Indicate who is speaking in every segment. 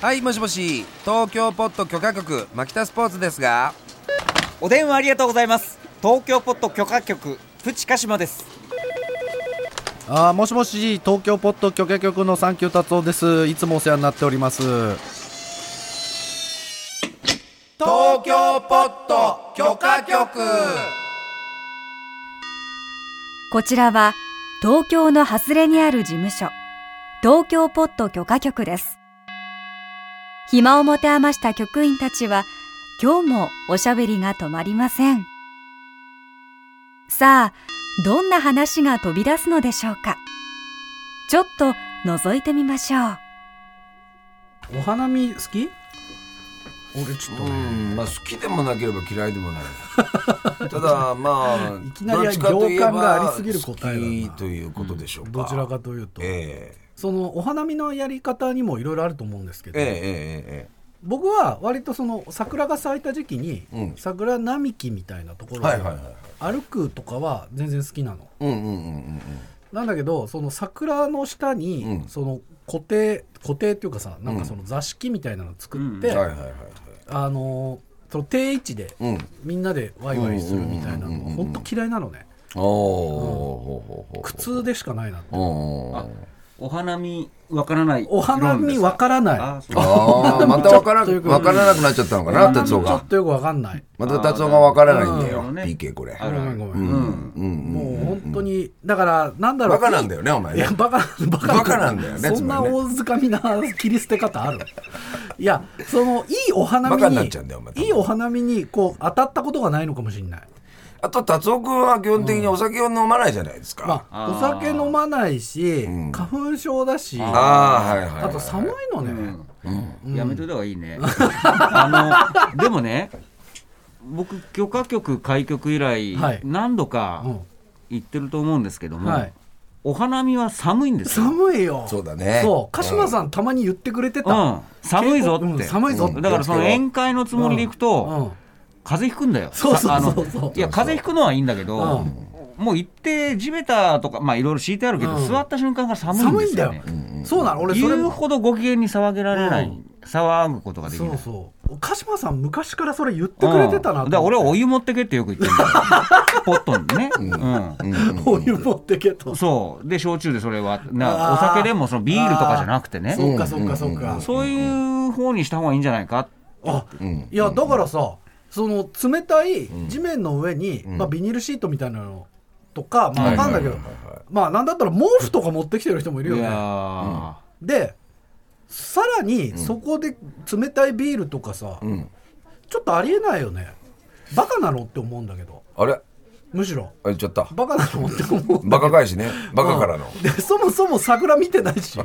Speaker 1: はいもしもし東京ポット許可局牧田スポーツですが
Speaker 2: お電話ありがとうございます東京ポット許可局プチカシマです
Speaker 3: あーもしもし東京ポット許可局のサンキュー達夫ですいつもお世話になっております
Speaker 1: 東京ポット許可局
Speaker 4: こちらは東京の外れにある事務所、東京ポット許可局です。暇を持て余した局員たちは、今日もおしゃべりが止まりません。さあ、どんな話が飛び出すのでしょうか。ちょっと覗いてみましょう。
Speaker 5: お花見好き俺ちょっと
Speaker 1: う
Speaker 5: ね
Speaker 1: んまあ好きでもなければ嫌いでもない ただまあ
Speaker 5: いきなり
Speaker 1: どっちかといえば
Speaker 5: 行間がありすぎる答えだな
Speaker 1: 好きということでしょうか、
Speaker 5: どちらかというと、
Speaker 1: え
Speaker 5: そのお花見のやり方にもいろいろあると思うんですけ
Speaker 1: え
Speaker 5: ど、
Speaker 1: ええええ
Speaker 5: 僕は割とその桜が咲いた時期に、
Speaker 1: うん
Speaker 5: 桜並木みたいなところを
Speaker 1: はいはいはい
Speaker 5: 歩くとかは全然好きなの。
Speaker 1: えうんうんうんうん
Speaker 5: なんだけどその桜の下に、
Speaker 1: うん
Speaker 5: その固定固定っていうかさなんかその座敷みたいなの作って、
Speaker 1: うんはいはいはいはい
Speaker 5: あのーその定位置で
Speaker 1: うん
Speaker 5: みんなでワイワイするみたいな
Speaker 1: うんうんうんうんう
Speaker 5: の
Speaker 1: ん
Speaker 5: 本当嫌いなのね
Speaker 1: おお、ほうほうほう
Speaker 5: 苦痛でしかないなって
Speaker 1: おー
Speaker 2: お花見わからない
Speaker 5: お花見わからない
Speaker 2: あそう
Speaker 1: ああまたわから んわからなくなっちゃったのかな達夫
Speaker 5: ちょ
Speaker 1: が
Speaker 5: っとよくわかんない
Speaker 1: また達夫がわからないんだよ
Speaker 2: うん
Speaker 1: PK これ
Speaker 5: ごめんご
Speaker 1: う
Speaker 5: め
Speaker 1: ん
Speaker 5: ん、
Speaker 1: うんうん
Speaker 5: もう本当にだからなんだろう
Speaker 1: バカなんだよねお前
Speaker 5: い
Speaker 1: ね
Speaker 5: やバカバ
Speaker 1: バカなんだよね
Speaker 5: そんな
Speaker 1: つまりね
Speaker 5: 大づかみな切り捨て方 あるいやそのいいお花
Speaker 1: バカに
Speaker 5: 見に
Speaker 1: なっちゃうんだよお前
Speaker 5: いいお花見にこう当たったことがないのかもしれない
Speaker 1: あと達夫君は基本的にお酒を飲まないじゃないですか
Speaker 5: まあお酒飲まないし、花粉症だしあ
Speaker 1: ああはいはいはい
Speaker 5: と寒いのね、
Speaker 2: うんやめといた方がいいねあのでもね僕許可局開局以来
Speaker 5: はい
Speaker 2: 何度か
Speaker 5: うん
Speaker 2: 行ってると思うんですけども、
Speaker 5: はい
Speaker 2: お花見は寒いんですよ、うん、
Speaker 5: 寒いよ
Speaker 1: そうだね
Speaker 5: そう鹿島さんたまに言ってくれてた、
Speaker 2: 寒いぞ
Speaker 5: う
Speaker 2: っ
Speaker 5: ん
Speaker 2: て
Speaker 5: 寒いぞって
Speaker 2: だからその宴会のつもりで行くと、
Speaker 5: うん
Speaker 2: 風邪ひくんだよ
Speaker 5: そうそう
Speaker 2: あの
Speaker 5: そうそう
Speaker 2: いや風邪ひくのはいいんだけど、もう行って地べたとかまあいろいろ敷いてあるけど、
Speaker 5: うん
Speaker 2: 座った瞬間が寒いん
Speaker 5: 寒
Speaker 2: で
Speaker 5: いん
Speaker 2: す
Speaker 5: だ
Speaker 2: よ、
Speaker 5: よ
Speaker 2: ね、
Speaker 5: そうなの俺それ
Speaker 2: 言うほどご機嫌に騒げられない、
Speaker 5: うん
Speaker 2: 騒ぐことができ
Speaker 5: そ
Speaker 2: な
Speaker 5: う
Speaker 2: い
Speaker 5: そう鹿島さん昔からそれ言ってくれてたな
Speaker 2: うんだから俺はお
Speaker 5: 湯
Speaker 2: 湯持ってけってよく言ってるんだよポットにね、うん
Speaker 5: お湯持ってけと、
Speaker 2: そうで焼酎でそれはな
Speaker 5: あー
Speaker 2: お酒でもそのビールとかじゃなくて
Speaker 5: そ
Speaker 2: ね
Speaker 5: っかそっかそっか、
Speaker 2: そういう方にした方がいいんじゃないか
Speaker 5: あ、いやだからさその冷たい地面の上に、まあ、ビニールシートみたいなのとか、まあ、分かんないけど、まあなんだったら毛布とか持ってきてる人もい
Speaker 2: い
Speaker 5: るよ
Speaker 2: や
Speaker 5: ね
Speaker 2: ー
Speaker 5: でさらにそこで冷たいビールとかさ、
Speaker 1: ん
Speaker 5: ちょっとありえないよねバカなのって思うんだけど
Speaker 1: あれあ
Speaker 5: むしろ
Speaker 1: 言っちゃった
Speaker 5: バカなのって思う
Speaker 1: バカ返しねバカからの
Speaker 5: でそもそも桜見てないし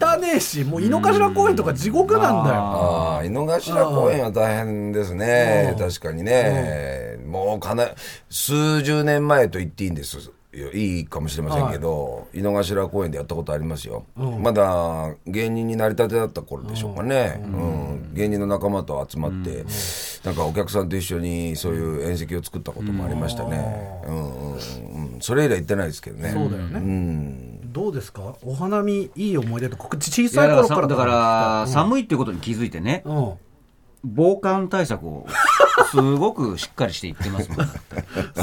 Speaker 5: 汚ねえしもう井の頭公園とか地獄なんだよ
Speaker 1: ああ井の頭公園は大変ですね確かにねもうかな数十年前と言っていいんですよいいかもしれませんけど、井の頭公園でやったことありますよ、まだ芸人になりたてだった頃でしょうかね、うん芸人の仲間と集まって、なんかお客さんと一緒にそういう宴席を作ったこともありましたね、うんうんうんうんそれ以来行ってないですけどね
Speaker 5: そうだよね
Speaker 1: ん
Speaker 5: どうですかお花見いい思い出とかこ小
Speaker 2: いや
Speaker 5: さい
Speaker 2: だから
Speaker 5: 頃
Speaker 2: さ
Speaker 5: から
Speaker 2: だから
Speaker 5: さ
Speaker 2: 寒いっていうことに気づいてね
Speaker 5: うんうん
Speaker 2: 防寒対策をすごくしっかりしていってますもん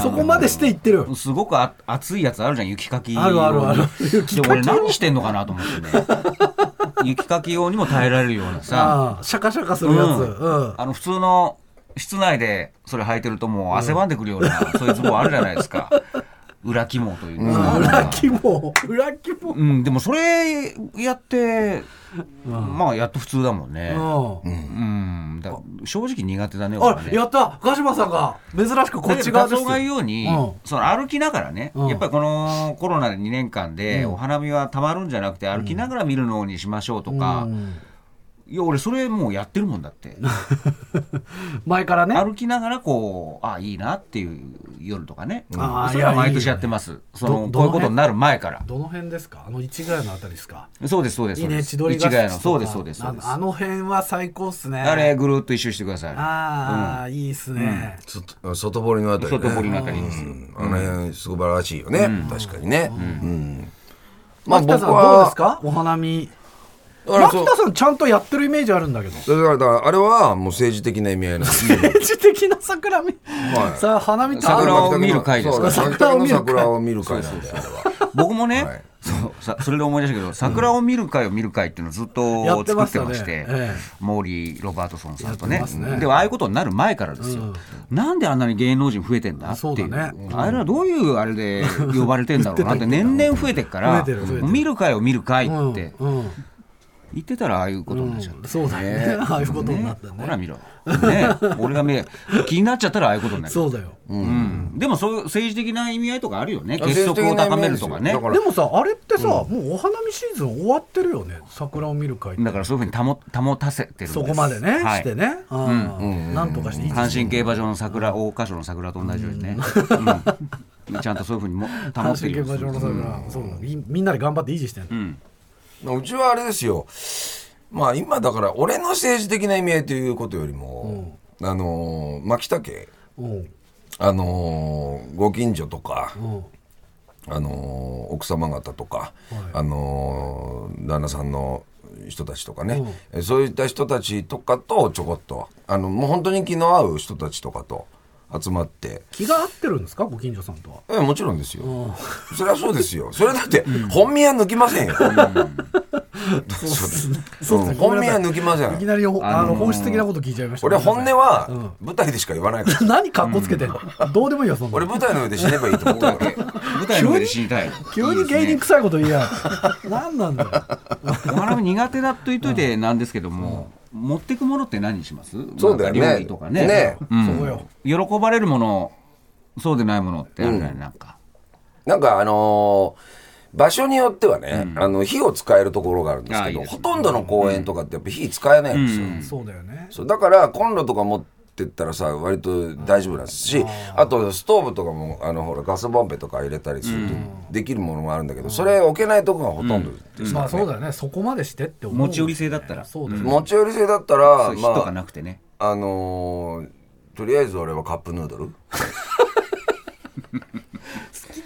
Speaker 5: そこまでしていってる
Speaker 2: すごくあ暑いやつあるじゃん雪かき用に
Speaker 5: あるあるある雪
Speaker 2: で
Speaker 5: かき
Speaker 2: 俺何してんのかなと思ってね雪かき用にも耐えられるようなさ
Speaker 5: ああシャカシャカするやつ
Speaker 2: う
Speaker 5: うんん
Speaker 2: あの普通の室内でそれ履いてるともう汗ばんでくるような、そういうズボンあるじゃないですか裏肝という
Speaker 5: ああ
Speaker 2: か
Speaker 5: 裏肝裏肝
Speaker 2: うん、でもそれやって、まあやっと普通だもんね、
Speaker 5: うん
Speaker 2: うんだから正直苦手だね俺
Speaker 5: あ
Speaker 2: はね
Speaker 5: やった鹿島さんが珍しくこっち側
Speaker 2: 画像
Speaker 5: です
Speaker 2: が言うように、
Speaker 5: うん
Speaker 2: その歩きながらね、
Speaker 5: うん
Speaker 2: やっぱりこのコロナで2年間でお花見はたまるんじゃなくて歩きながら見るのにしましょうとか、
Speaker 5: うん
Speaker 2: いや俺それもうやってるもんだって
Speaker 5: 前からね
Speaker 2: 歩きながらこうあいいなっていう夜とかね、
Speaker 5: あー
Speaker 2: それはい
Speaker 5: や
Speaker 2: 毎
Speaker 5: いい
Speaker 2: 年
Speaker 5: ね
Speaker 2: やってますその
Speaker 5: ど
Speaker 2: こういうことになる前から
Speaker 5: どの辺ですかあの市ヶ谷のあたりですか
Speaker 2: そうですそうです
Speaker 5: いい
Speaker 2: そうで
Speaker 5: ね
Speaker 2: す
Speaker 5: 千鳥ヶ
Speaker 2: 市ヶ谷
Speaker 5: 淵
Speaker 2: の
Speaker 5: とか
Speaker 2: そうですそうですそうです
Speaker 5: ああの辺は最高っすね
Speaker 2: あれぐるっと一周してください
Speaker 5: ああ、いいっすね、
Speaker 1: 外外堀のあたり、ね、
Speaker 2: 外堀のあたりですよ
Speaker 1: あの辺素晴らしいよね、確かにね、うんまあ
Speaker 5: 牧
Speaker 1: 僕
Speaker 5: 田さんどうです
Speaker 1: は
Speaker 5: かお花見
Speaker 1: からそう
Speaker 5: 牧田さんちゃんとやってるイメージあるん だけど
Speaker 1: それからだからあれはもう政治的な意味合いなんです
Speaker 5: 政治的な桜見、
Speaker 1: い
Speaker 5: さあ花見
Speaker 2: 桜
Speaker 5: あ
Speaker 2: を見る会ですか
Speaker 1: そう
Speaker 5: 桜を見る会
Speaker 1: 桜を見る会なんであれは
Speaker 2: 僕もね、
Speaker 1: はい
Speaker 2: そうさそれで思い出したけど桜を見る会を見る会っていうのをずっ
Speaker 5: や
Speaker 2: と
Speaker 5: って
Speaker 2: 作
Speaker 5: ま
Speaker 2: っ
Speaker 5: してたね
Speaker 2: まして
Speaker 5: え
Speaker 2: モーリー・ロバートソンさんと
Speaker 5: や
Speaker 2: ね
Speaker 5: ってますね
Speaker 2: でもああいうことになる前からですよ、なんであんなに芸能人増えてんだってい
Speaker 5: そううだね
Speaker 2: あれはどういうあれで呼ばれてんだろう なって年々増えてっか
Speaker 5: 増
Speaker 2: ら
Speaker 5: えてる増えてる
Speaker 2: 見る会を見る会
Speaker 5: うん
Speaker 2: って
Speaker 5: うん
Speaker 2: 言ってたらああいうことになっちゃう、
Speaker 5: うんそうだよね ああいうことになった
Speaker 2: ほら
Speaker 5: ね
Speaker 2: 見ろ、ね、俺が目気になっちゃったらああいうことになる
Speaker 5: そうだよ
Speaker 2: うんでもそういう政治的な意味合いとかあるよね結束を高めるとかね
Speaker 1: だから
Speaker 5: でもさあれってさもうお花見シーズン終わってるよね桜を見る会って
Speaker 2: だからそういうふうに保保たせてるんです
Speaker 5: そこまでね
Speaker 2: はい
Speaker 5: してねあーなんとかしていい
Speaker 2: 阪神競馬場の桜桜花賞の桜と同じようにね、うんちゃんとそういうふうにも保
Speaker 5: 阪
Speaker 2: って
Speaker 5: 神
Speaker 2: る
Speaker 5: 競
Speaker 2: ように
Speaker 5: 馬場の桜そうみみんなで頑張って維持してんの
Speaker 1: うちはあれですよまあ今だから俺の政治的な意味合いということよりも、あのー牧田家
Speaker 5: うん
Speaker 1: あのーご近所とか、
Speaker 5: うん
Speaker 1: あのー奥様方とか、あのー旦那さんの人たちとかね、えそういった人たちとかとちょこっとあのもう本当に気の合う人たちとかと集まって。
Speaker 5: 気が合ってるんですかご近所さんとは
Speaker 1: ええもちろんですよ。それはそうですよ。それだって、本宮抜きませんよ。そう
Speaker 5: ですね
Speaker 1: うん本宮抜きませ
Speaker 5: いき
Speaker 1: ん。
Speaker 5: なりほあの本質的なこと聞いちゃいました
Speaker 1: 俺本音は
Speaker 5: う
Speaker 1: 舞台でしか言わないから。
Speaker 5: 何かっこつけてんのどうでもいいよそんな
Speaker 1: 俺
Speaker 5: の
Speaker 1: 舞台の上で死ねばいいと思ったから。
Speaker 2: 舞台の上で死にたい
Speaker 5: 急に芸人臭いこと言いやが って何なんだよ
Speaker 2: お花見苦手だと言っといてなんですけども、持ってくものって何にします
Speaker 1: そうだよね
Speaker 2: なんか料理とかね
Speaker 1: ね
Speaker 2: うん
Speaker 5: そうよ
Speaker 2: 喜ばれるものそうでないものってあるじゃない、なんか
Speaker 1: なんかあのー場所によってはね、あの火を使えるところがあるんです
Speaker 2: あ
Speaker 1: け
Speaker 2: いい
Speaker 1: ど、
Speaker 2: です
Speaker 1: ほ
Speaker 2: ね
Speaker 1: とんどの公園とかってやっぱ火使えないんですよ。
Speaker 5: そうだよね
Speaker 1: そうだからコンロとか持ってったらさ割と大丈夫なんですしあとストーブとかもあのほらガスボンベとか入れたりするとできるものもあるんだけど、それ置けないとこがほとんどです
Speaker 5: まあそうだよねそこまでしてって思う
Speaker 2: 持ち寄り性だったら
Speaker 5: そうだよね
Speaker 1: 持ち寄り性だったら
Speaker 2: そう火
Speaker 1: ま
Speaker 2: とか
Speaker 1: あ
Speaker 2: なくてね、
Speaker 1: あのーとりあえず俺はカップヌードル好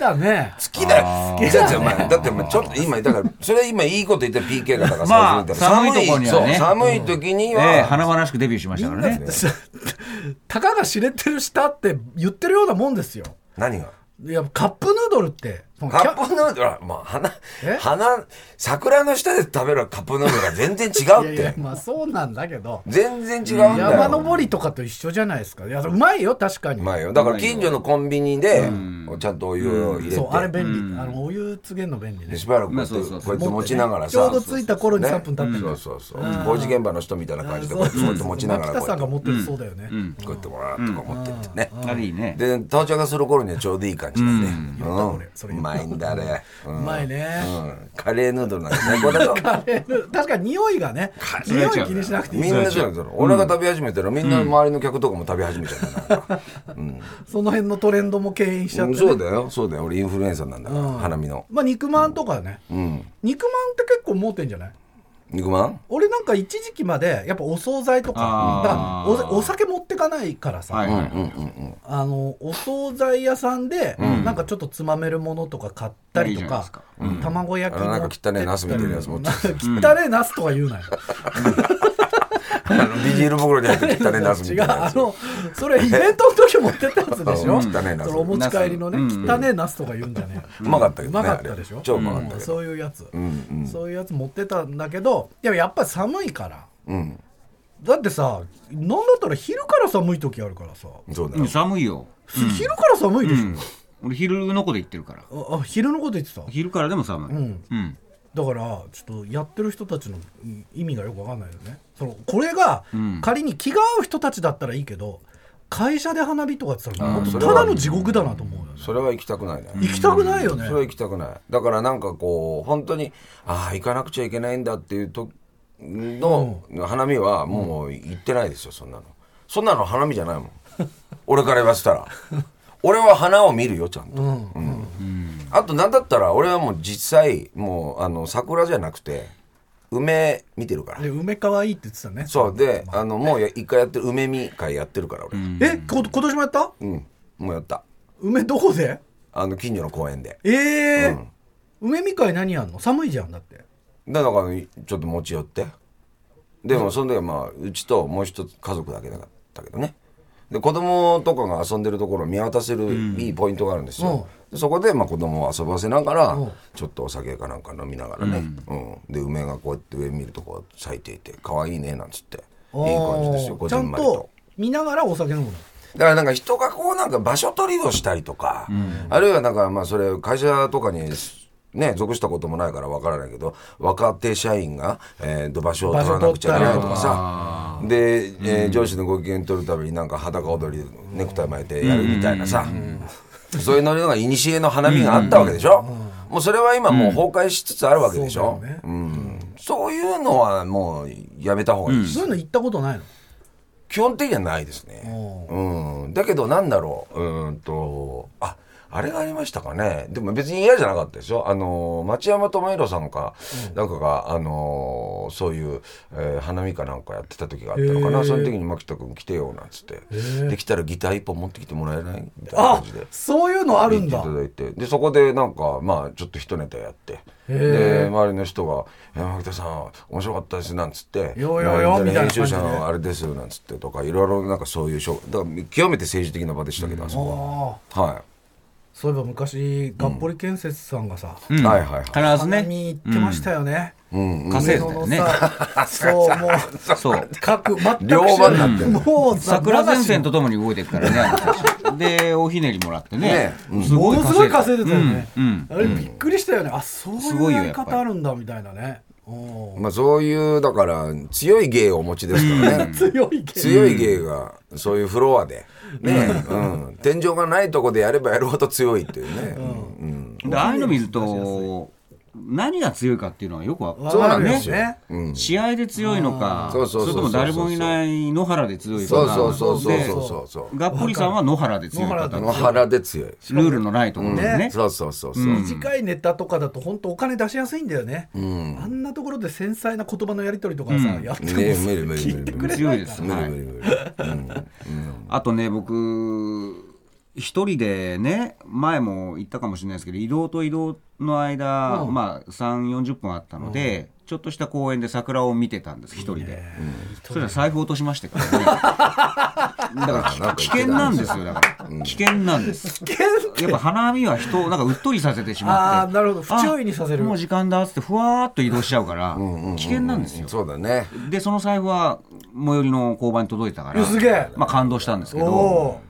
Speaker 5: 好きだね
Speaker 1: きだよ好きだよお前だってお前ちょっと今だからそれ今いいこと言って PK がだから
Speaker 2: まあ
Speaker 1: 最初に言った
Speaker 2: 寒いとこにはね
Speaker 1: そう寒い時に
Speaker 2: え
Speaker 1: は、
Speaker 2: え華々しくデビューしましたからね
Speaker 5: たかが知れてる下って言ってるようなもんですよ
Speaker 1: 何が
Speaker 5: いやカップヌードルってそのキ
Speaker 1: カ
Speaker 5: ャ
Speaker 1: ップヌードルはまあ花
Speaker 5: え
Speaker 1: 花桜の下で食べるカップヌードルが全然違
Speaker 5: いうや
Speaker 1: っ
Speaker 5: い
Speaker 1: て
Speaker 5: やまあそうなんだけど
Speaker 1: 全然違うんだよ
Speaker 5: 山登りとかと一緒じゃないですかいやうまいよ確かに
Speaker 1: うまいよだから近所のコンビニでちゃんとお湯を入れて、
Speaker 5: そうあれ便利、あのお湯つげんの便利ね
Speaker 1: でしばらくこうや
Speaker 2: まあ
Speaker 1: って,、
Speaker 2: そうそうそう
Speaker 1: こうやって持ちながらさ
Speaker 5: ちょうど着いた頃に3分経ってる
Speaker 1: そうそうそう、工事現場の人みたいな感じでこうやってこうやって持ちながら
Speaker 5: 牧田
Speaker 1: こうや
Speaker 5: さ
Speaker 1: っ
Speaker 5: ん
Speaker 1: て
Speaker 5: が
Speaker 1: こ
Speaker 5: 持ってるそうだよね、
Speaker 1: うやってもらうとか持ってってね、
Speaker 2: あれいいね
Speaker 1: で到着する頃にはちょうどいい感じだね、うんう
Speaker 5: 俺それ言った
Speaker 1: まいんだあれ、うん
Speaker 5: うまいね、
Speaker 1: うんカレーヌードルなんて最高だよ
Speaker 5: 確かに匂いがね匂い気にしなくていい
Speaker 1: みんなそうなんだろ俺が食べ始めたらみんな周りの客とかも食べ始めちゃうんだから
Speaker 5: その辺のトレンドも敬遠しちゃっ
Speaker 1: うん
Speaker 5: て、
Speaker 1: そうだよそうだよ俺インフルエンサーなんだから、
Speaker 5: うん
Speaker 1: 花見の
Speaker 5: まあ肉まんとかね、肉まんって結構盲点じゃない
Speaker 1: 肉まん
Speaker 5: 俺なんか一時期までやっぱお惣菜とかだ
Speaker 2: あ
Speaker 5: か
Speaker 2: ー
Speaker 5: らおお酒持ってかないからさ、
Speaker 2: はいはい、
Speaker 5: あのお惣菜屋さんでなんかちょっとつまめるものとか買ったりと
Speaker 2: いいじゃないで
Speaker 5: か
Speaker 2: すか
Speaker 5: 卵焼き
Speaker 1: あなんか汚ねえナスみたいなやつ持って
Speaker 5: てき たねナスとか言うなよ
Speaker 1: あのビニール袋に入って汚ねえナスみ
Speaker 5: 違う
Speaker 1: たいなや
Speaker 5: あ
Speaker 1: つ
Speaker 5: のそれイベントの時持ってったやつでしょ
Speaker 1: うん汚ねえナス
Speaker 5: そのお持ち帰りのね
Speaker 2: ナス
Speaker 5: 汚ねえナスとか言うんじゃねえ
Speaker 1: うまかった
Speaker 5: う
Speaker 1: けどね
Speaker 5: まかったでし
Speaker 1: あ
Speaker 5: ょ
Speaker 1: れ超うまかったけど
Speaker 5: うんそういうやつ
Speaker 1: うんうん
Speaker 5: そういうやつ持ってたんだけどいややっぱ寒いから
Speaker 1: うん
Speaker 5: だってさなんだったら昼から寒い時あるからさ
Speaker 1: そうだ
Speaker 2: う
Speaker 1: よ
Speaker 2: ん、寒いよ、
Speaker 5: 昼から寒いでし
Speaker 2: 俺昼の子で行ってるから
Speaker 5: ょああ昼のこと言ってた
Speaker 2: 昼からでも寒い、
Speaker 5: うん
Speaker 2: うん
Speaker 5: だからちょっとやってる人たちのうん意味がよくわかんないよねそのこれが
Speaker 2: ん
Speaker 5: 仮に気が合う人たちだったらいいけど会社で花火とかって言ったら
Speaker 1: あー
Speaker 5: もう
Speaker 1: そ
Speaker 5: た
Speaker 1: れは
Speaker 5: だの地獄だなと思うよね
Speaker 1: それは行きたくないね
Speaker 5: 行きたくないよね
Speaker 1: それは行きたくないだからなんかこう本当にああ行かなくちゃいけないんだっていうとの花見はもう行ってないですよそんなのそんなの花見じゃないもん 俺から言わせたら俺は花を見るよちゃんと、うんあとなんだったら俺はもう実際もうあの桜じゃなくて梅見てるから
Speaker 5: で梅可愛いって言ってたね
Speaker 1: そうで、あのもうや一回やってる梅見会やってるから俺、うん
Speaker 5: えこ今年もやった
Speaker 1: もうやった
Speaker 5: 梅どこで
Speaker 1: あの近所の公園で
Speaker 5: ええ梅みかい何やんの寒いじゃんだって
Speaker 1: だからちょっと持ち寄ってでもその時はまあうちともう一つ家族だけだったけどねで子供とかが遊んでるところを見渡せるいいポイントがあるんですよ、でそこでまあ子供を遊ばせながらちょっとお酒かなんか飲みながらね、うんで梅がこうやって上見るとこう咲いていて可愛いねなんつっていい感じですよこ
Speaker 5: ちゃ
Speaker 1: じん
Speaker 5: ん
Speaker 1: まりと
Speaker 5: と。見ながらお酒飲むの
Speaker 1: だからなんか人がこうなんか場所取りをしたりとか、あるいはなんかまあそれ会社とかにね、属したこともないからわからないけど、若手社員が、えー、と場所を取らなくちゃいけないとかさ、で、えー上司のご機嫌取るためになんか裸踊り、ネクタイ巻いてやるみたいなさ、そういうのがいにしえの花見があったわけでしょ、もうそれは今もう崩壊しつつあるわけでしょ、うんそういうのはもうやめた方がいいし
Speaker 5: そういうの行ったことないの
Speaker 1: 基本的にはないですね。うん。だけど、なんだろう。うーんと、あ、あれがありましたかね。でも別に嫌じゃなかったですよ。あのー、町山智弘さんか、なんかが、あのー、そういう、えー花見かなんかやってた時があったのかな。その時に牧田君来てよ、なんつって。できたらギター一本持ってきてもらえないみたいな
Speaker 5: あ
Speaker 1: 感じで。
Speaker 5: そういうのあるん
Speaker 1: 行
Speaker 5: だ
Speaker 1: っていただいてでそこでなんかまあちょっと一ネタやってで周りの人が「山北さん面白かったです」なんつって「
Speaker 5: よよよみたいな感じで
Speaker 1: 編集者のあれです」なんつってとかいろいろなんかそういうショーだから極めて政治的な場でしたけどあそこ
Speaker 5: ああ
Speaker 1: は、は
Speaker 5: そういえば昔がっぽり建設さんがさ
Speaker 1: いはいはいはい
Speaker 2: 必ず
Speaker 5: 花
Speaker 2: ね
Speaker 5: 見行ってましたよね
Speaker 2: 稼いでたよね
Speaker 5: 上野のさそうもう
Speaker 2: そう
Speaker 5: 各全く知ら
Speaker 1: 両
Speaker 5: な
Speaker 1: 馬になってる
Speaker 5: いもうさ
Speaker 2: 桜前線とともに動いてるからねあの人たちでおひねりもらってね
Speaker 1: ね
Speaker 2: す
Speaker 5: ものすごい
Speaker 2: 稼
Speaker 5: 稼
Speaker 2: いで
Speaker 5: いで
Speaker 2: た
Speaker 5: た
Speaker 2: う
Speaker 5: よ
Speaker 2: ん
Speaker 5: ね
Speaker 2: うん
Speaker 5: あれびっくりしたよねあそう
Speaker 2: すごい
Speaker 5: いう
Speaker 2: よや
Speaker 5: やり
Speaker 2: っぱり
Speaker 5: 方あるんだみたいなねおー
Speaker 1: まあそういうだから強い芸をお持ちですからね
Speaker 5: 強いけど
Speaker 1: 強い芸がそういうフロアでね、うん、天井がないとこでやればやるほど強いっていうね、うん、
Speaker 2: でああいうの見ると何が強いかっていうのはよくわか
Speaker 5: わ
Speaker 2: る
Speaker 1: そう
Speaker 5: か
Speaker 1: な
Speaker 5: る
Speaker 1: ん
Speaker 5: よ
Speaker 1: ですよ
Speaker 5: ね
Speaker 1: うん
Speaker 2: 試合で強いのか
Speaker 1: そうそうそうそう
Speaker 2: れとも誰もいない野原で強い
Speaker 1: そ
Speaker 2: の
Speaker 1: う
Speaker 2: か
Speaker 1: そうそうそう
Speaker 2: で
Speaker 1: そうそうそう
Speaker 2: がっぽりさんは野原で強い
Speaker 5: 野
Speaker 2: 方
Speaker 5: 原
Speaker 1: 野原で強い。
Speaker 2: ルールのないところでね
Speaker 1: そうそうそうそう。
Speaker 5: 短いネタとかだと本当お金出しやすいんだよねあんなところで繊細な言葉のやり取りとかさやっても
Speaker 1: ね無理無理無理無理
Speaker 5: 聞いてくれ
Speaker 2: 強
Speaker 5: ないい
Speaker 2: で
Speaker 5: から
Speaker 2: す
Speaker 1: 無理
Speaker 2: はい
Speaker 1: 無理無理。
Speaker 2: あとね僕一人でね前も言ったかもしれないですけど移動と移動の間、まあ3 4 0分あったので、ちょっとした公園で桜を見てたんです一人で、それは財布落としましたから ねだから危険なんですよだから、危険なんです
Speaker 5: 危険
Speaker 2: やっぱ花見は人をなんかうっとりさせてしま
Speaker 5: あ
Speaker 2: っ
Speaker 5: あ
Speaker 2: て
Speaker 5: なるほど不注意にさせる
Speaker 2: あもう時間だっつってふわーっと移動しちゃうから危険なんですよ
Speaker 1: そうだね。
Speaker 2: でその財布は最寄りの交番に届いたか
Speaker 5: い
Speaker 2: ら
Speaker 5: やすげえ
Speaker 2: まあ、感動したんですけ
Speaker 5: お
Speaker 2: ど
Speaker 5: お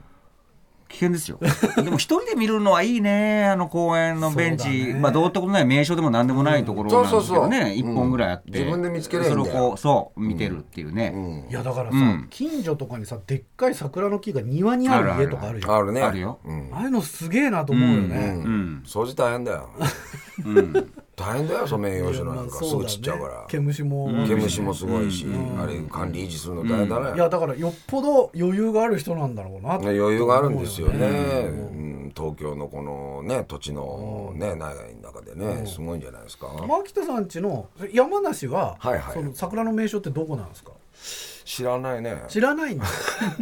Speaker 2: 危険ですよでも一人で見るのはいいねあの公園のベンチ、まあ、どうってことない名所でも何でもないところ
Speaker 1: そ
Speaker 2: なん
Speaker 1: うそう
Speaker 2: ですけ
Speaker 1: そう
Speaker 2: どね一、本ぐらいあって、
Speaker 1: 自分で見つけりゃいい
Speaker 2: それ
Speaker 1: ん
Speaker 2: を
Speaker 1: だよ
Speaker 2: こうそう見てるっていうね、
Speaker 5: ーいやだからさ近所とかにさでっかい桜の木が庭にある家とかあるじゃん
Speaker 1: あるね。
Speaker 2: あるよ、
Speaker 5: ああいうのすげえなと思うよね
Speaker 1: うん。掃除大変だよ。大変だよ、ソメイヨシノなんか。すぐ散っちゃうから。
Speaker 5: 毛虫も、
Speaker 1: 毛虫もすごいし、あれ管理維持するの大変だ
Speaker 5: い
Speaker 1: ね。
Speaker 5: やだからよっぽど余裕がある人なんだろうな
Speaker 1: 余裕があるんですよね、うん、東京のこのね土地のね内中でねすごいんじゃないですか
Speaker 5: 牧田さんちの山梨は,、
Speaker 1: はいはい
Speaker 5: その桜の名所ってどこなんですか
Speaker 1: 知らないね
Speaker 5: 知ら ないんだ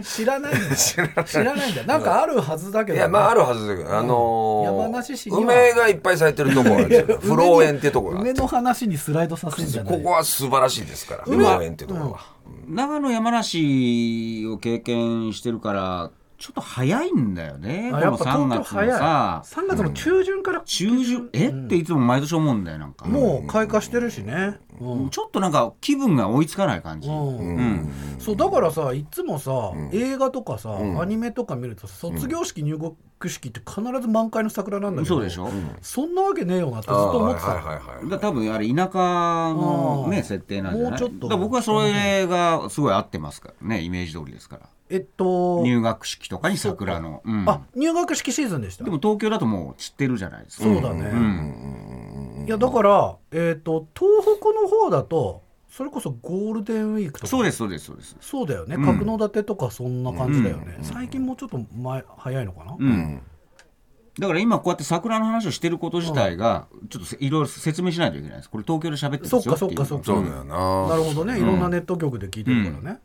Speaker 5: 知らないんだ知らないんだなんかあるはずだけ
Speaker 1: い
Speaker 5: ど
Speaker 1: やまああるはずだけどあのー
Speaker 5: 山梨市には
Speaker 1: 梅がいっぱい咲いてるとこなんですよ
Speaker 5: 梅
Speaker 1: 不
Speaker 5: に
Speaker 1: 老園ってとこがあって
Speaker 5: 梅の話にスライドさせるんじゃない
Speaker 1: ここは素晴らしいですから不
Speaker 5: 梅
Speaker 1: 老園ってとこは
Speaker 2: 長野山梨を経験してるからちょっと早いんだよね
Speaker 5: あ
Speaker 2: こ
Speaker 5: や
Speaker 2: の
Speaker 5: っぱ東
Speaker 2: 3
Speaker 5: 京
Speaker 2: 月
Speaker 5: 早い
Speaker 2: のさ
Speaker 5: 3月の中旬から、
Speaker 2: 中旬え、っていつも毎年思うんだよなんか
Speaker 5: もう開花してるしね、うん
Speaker 2: ちょっとなんか気分が追いつかない感じ、うん
Speaker 5: そうだからさいつもさ、映画とかさ、アニメとか見るとさ卒業式、入学式って必ず満開の桜なんだけど
Speaker 2: そうでしょ、
Speaker 5: そんなわけねえよなってず
Speaker 1: あ
Speaker 5: っと
Speaker 1: あ
Speaker 5: 思
Speaker 1: は
Speaker 5: っ
Speaker 1: い
Speaker 5: て
Speaker 1: はい
Speaker 5: た
Speaker 1: はいはい
Speaker 2: だ多分あれ田舎の
Speaker 5: あ
Speaker 2: ね
Speaker 5: ー
Speaker 2: 設定なんじゃない
Speaker 5: もうちょっと
Speaker 2: だから僕はそれがすごい合ってますからねイメージ通りですから
Speaker 5: えっと
Speaker 2: 入学式とかに桜の、うん、
Speaker 5: あ入学式シーズンでした
Speaker 2: でも東京だともう散ってるじゃないですか
Speaker 5: そうだね、いやだから、えっと東北の方だとそれこそゴールデンウィークとか
Speaker 2: そうですそうですそうです
Speaker 5: そうだよね格納立てとかそんな感じだよね、最近もうちょっと前早いのかな、
Speaker 2: だから今こうやって桜の話をしてること自体がちょっといろいろ説明しないといけないですこれ東京で喋ってるんですよ
Speaker 5: そっかそっかそっか
Speaker 2: ってい
Speaker 1: そう
Speaker 2: う
Speaker 1: だよな
Speaker 5: なるほどねいろんなネット局で聞いてるからね、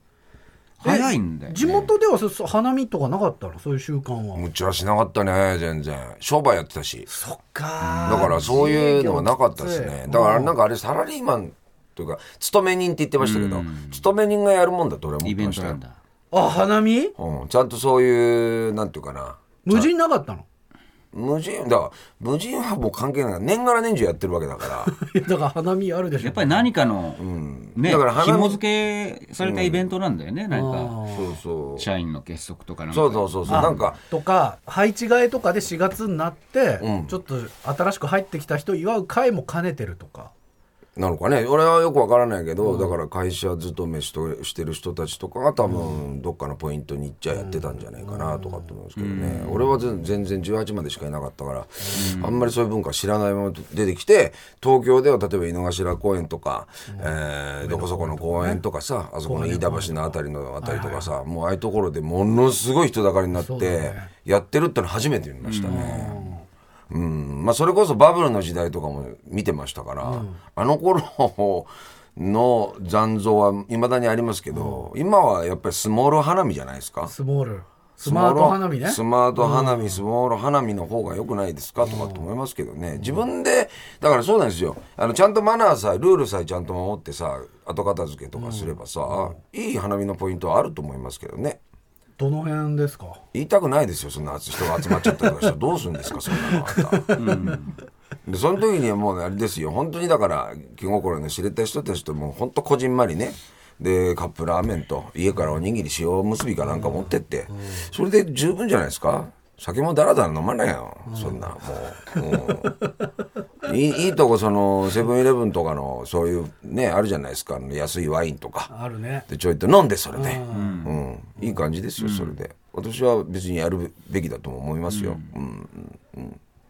Speaker 2: 早いんだよ、ね、
Speaker 5: 地元ではそそ花見とかなかったのそういう習慣は
Speaker 1: むちゃしなかったね全然商売やってたし
Speaker 5: そっ
Speaker 1: だ
Speaker 5: か
Speaker 1: からそういうのはなかったです
Speaker 5: 自営業
Speaker 1: ね
Speaker 5: って
Speaker 1: だからなんかあれサラリーマンというか勤め人って言ってましたけど勤め人がやるもんだと俺は思って
Speaker 2: イベ
Speaker 1: ま
Speaker 2: ン
Speaker 1: し
Speaker 2: ト
Speaker 1: た
Speaker 2: な
Speaker 1: よ
Speaker 2: んだ
Speaker 5: あ花見
Speaker 1: うん、ちゃんとそういうなんていうかな
Speaker 5: 無人なかったの
Speaker 1: 無人だから無人はもう関係ない年がら年中やってるわけだ から
Speaker 5: いやだから花見あるでしょ
Speaker 2: やっぱり何かの、ね
Speaker 1: だから花見
Speaker 2: 紐付けされたイベントなんだよね、何か
Speaker 1: そうそう
Speaker 2: 社員の結束とかなんか
Speaker 1: そうそうそうそうなんか
Speaker 5: とか配置替えとかで4月になって、ちょっと新しく入ってきた人祝う会も兼ねてるとか
Speaker 1: なのかね俺はよくわからないけど、だから会社勤めしとしてる人たちとかが多分どっかのポイントに行っちゃやってたんじゃないかなとかって思うんですけどね、俺は全全然18までしかいなかったから、あんまりそういう文化知らないまま出てきて東京では例えば井の頭公園とか、えーどこそこの公園とかさ、あそこの飯田橋のあたりのあたりとかさ、もうああいうところでものすごい人だかりになって、やってるっての初めて見ましたね。うんまあ、それこそバブルの時代とかも見てましたから、あの頃の残像はいまだにありますけど、今はやっぱりスモール花見じゃないですか。
Speaker 5: スモールスマート花見ね
Speaker 1: スマート花見、スモール花見の方が良くないですかとかって思いますけどね。自分で、だからそうなんですよ。あの、ちゃんとマナーさえ、ルールさえちゃんと守ってさ、後片付けとかすればさ、いい花見のポイントはあると思いますけどね。
Speaker 5: どの辺ですか
Speaker 1: 言いたくないですよそんな人が集まっちゃったりとかしたらどうするんですかそんなのあったら、でその時にはもうあれですよ本当にだから気心の知れた人たちともう本当こじんまりねでカップラーメンと家からおにぎり塩結びかなんか持ってって、それで十分じゃないですか酒もだらだら飲まないよ、そんなもう、うんいいいいとこそのセブンイレブンとかのそういうねあるじゃないですかあの安いワインとか
Speaker 5: あるね
Speaker 1: でちょいと飲んでそれで、うんいい感じですよそれで、私は別にやるべきだとも思いますよ、うん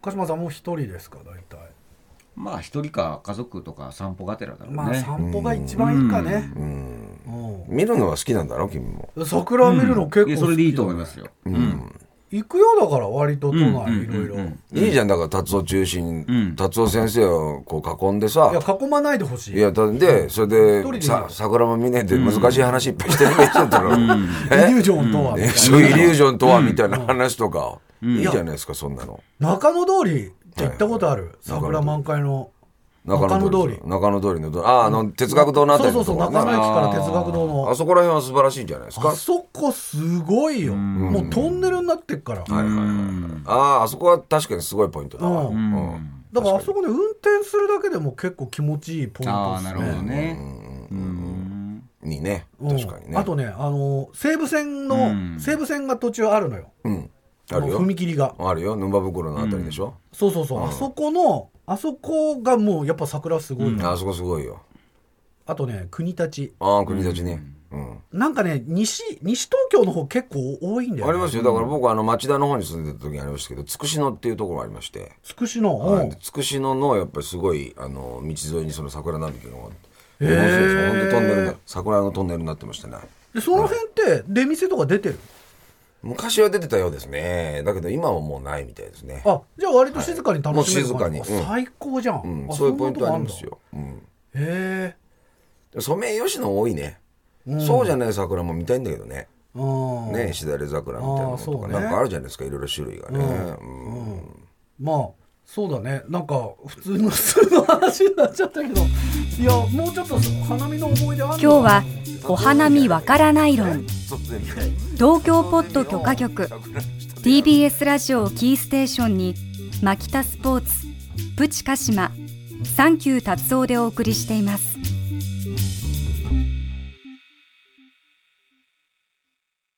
Speaker 5: 鹿島さんも一人ですか大体
Speaker 2: まあ一人か家族とか散歩がてらだろうね、
Speaker 5: まあ散歩が一番いいかねうん
Speaker 1: 見るのは好きなんだろ君も
Speaker 5: 桜見るの結
Speaker 2: い
Speaker 5: 構好
Speaker 2: や
Speaker 5: き
Speaker 2: それでいいと思いますよ、
Speaker 5: 行くよだから割と都内いろいろ
Speaker 1: い
Speaker 5: い
Speaker 1: いじゃんだから達夫中心、達夫先生をこう囲んでさ
Speaker 5: や囲まないでほし
Speaker 1: い
Speaker 5: い
Speaker 1: やだでそれ
Speaker 5: 人でい
Speaker 1: で
Speaker 5: い
Speaker 1: さ桜も見ねえで難しい話いっぱいしてるねちょっと
Speaker 5: イリュ
Speaker 1: え
Speaker 5: ージョンとはみたい
Speaker 1: え
Speaker 5: な
Speaker 1: そうイリュージョンとはみたいな話とか、いいじゃないですかそんなの
Speaker 5: 中野通りって行ったことある桜満開の中野通り
Speaker 1: 中野通りのどああの哲学堂のあた
Speaker 5: そう
Speaker 1: り
Speaker 5: そう
Speaker 1: の
Speaker 5: そ
Speaker 1: と
Speaker 5: う
Speaker 1: ころね
Speaker 5: 中野駅から哲学堂の
Speaker 1: あそこら辺は素晴らしいんじゃないですか
Speaker 5: あそこすごいよもうトンネルになってっから
Speaker 1: はいはいはいあああそこは確かにすごいポイントだわ、
Speaker 5: う
Speaker 1: うんん
Speaker 5: だからあそこで運転するだけでも結構気持ちいいポイン
Speaker 2: あ
Speaker 5: ト
Speaker 2: あ
Speaker 5: で
Speaker 2: な
Speaker 5: す
Speaker 2: るほど
Speaker 5: ね
Speaker 2: ね、
Speaker 1: にね
Speaker 5: うん
Speaker 1: 確かにね
Speaker 5: あとねあの西武線の西武線が途中あるのよ
Speaker 1: うんあるよ
Speaker 5: 踏切が
Speaker 1: あるよ沼袋のあたりでしょ、
Speaker 5: そうそうそうあそこのあそこがもうやっぱ桜すごいの
Speaker 1: あそこすごいよ
Speaker 5: あとね国立
Speaker 1: ああ国立ねうん、
Speaker 5: なんかね西西東京の方結構多いんだよ
Speaker 1: あ
Speaker 5: ね
Speaker 1: りますよだから僕あの町田の方に住んでた時にありましたけどつくし野っていうところがありまして
Speaker 5: つくしの、
Speaker 1: は
Speaker 5: う
Speaker 1: い
Speaker 5: ん
Speaker 1: でつくし野のやっぱりすごいあの道沿いにその桜並木があって
Speaker 5: へー
Speaker 1: 面白いですよほんとトンネルな桜のトンネルになってましたね
Speaker 5: でその辺って出店とか出てる
Speaker 1: 昔は出てたようですねだけど今はもうないみたいですね
Speaker 5: あじゃあ割と静かに楽しめる
Speaker 1: はいもう
Speaker 5: 感
Speaker 1: 静
Speaker 5: じ、
Speaker 1: かにうん
Speaker 5: あ最高じゃん、
Speaker 1: うん
Speaker 5: あ
Speaker 1: そういうポイ
Speaker 5: ん
Speaker 1: ン
Speaker 5: な
Speaker 1: トあ
Speaker 5: とこ
Speaker 1: り
Speaker 5: んだ
Speaker 1: ますよ、うん
Speaker 5: へえ
Speaker 1: ソメイヨシノ多いね、そうじゃない桜も見たいんだけどね、
Speaker 5: うん
Speaker 1: ねしだれ桜みたいなのと
Speaker 5: あーそ
Speaker 1: か、
Speaker 5: うね
Speaker 1: なんかあるじゃないですかいろいろ種類がね、うん
Speaker 5: まあそうだねなんか普通の普通の話になっちゃったけどいやもうちょっと花見の思い出あ
Speaker 4: 今
Speaker 5: る
Speaker 4: 日はお花見わからない論東京ポッド許可局 TBS ラジオをキーステーションにマキタスポーツプチカシマサンキュー達夫でお送りしています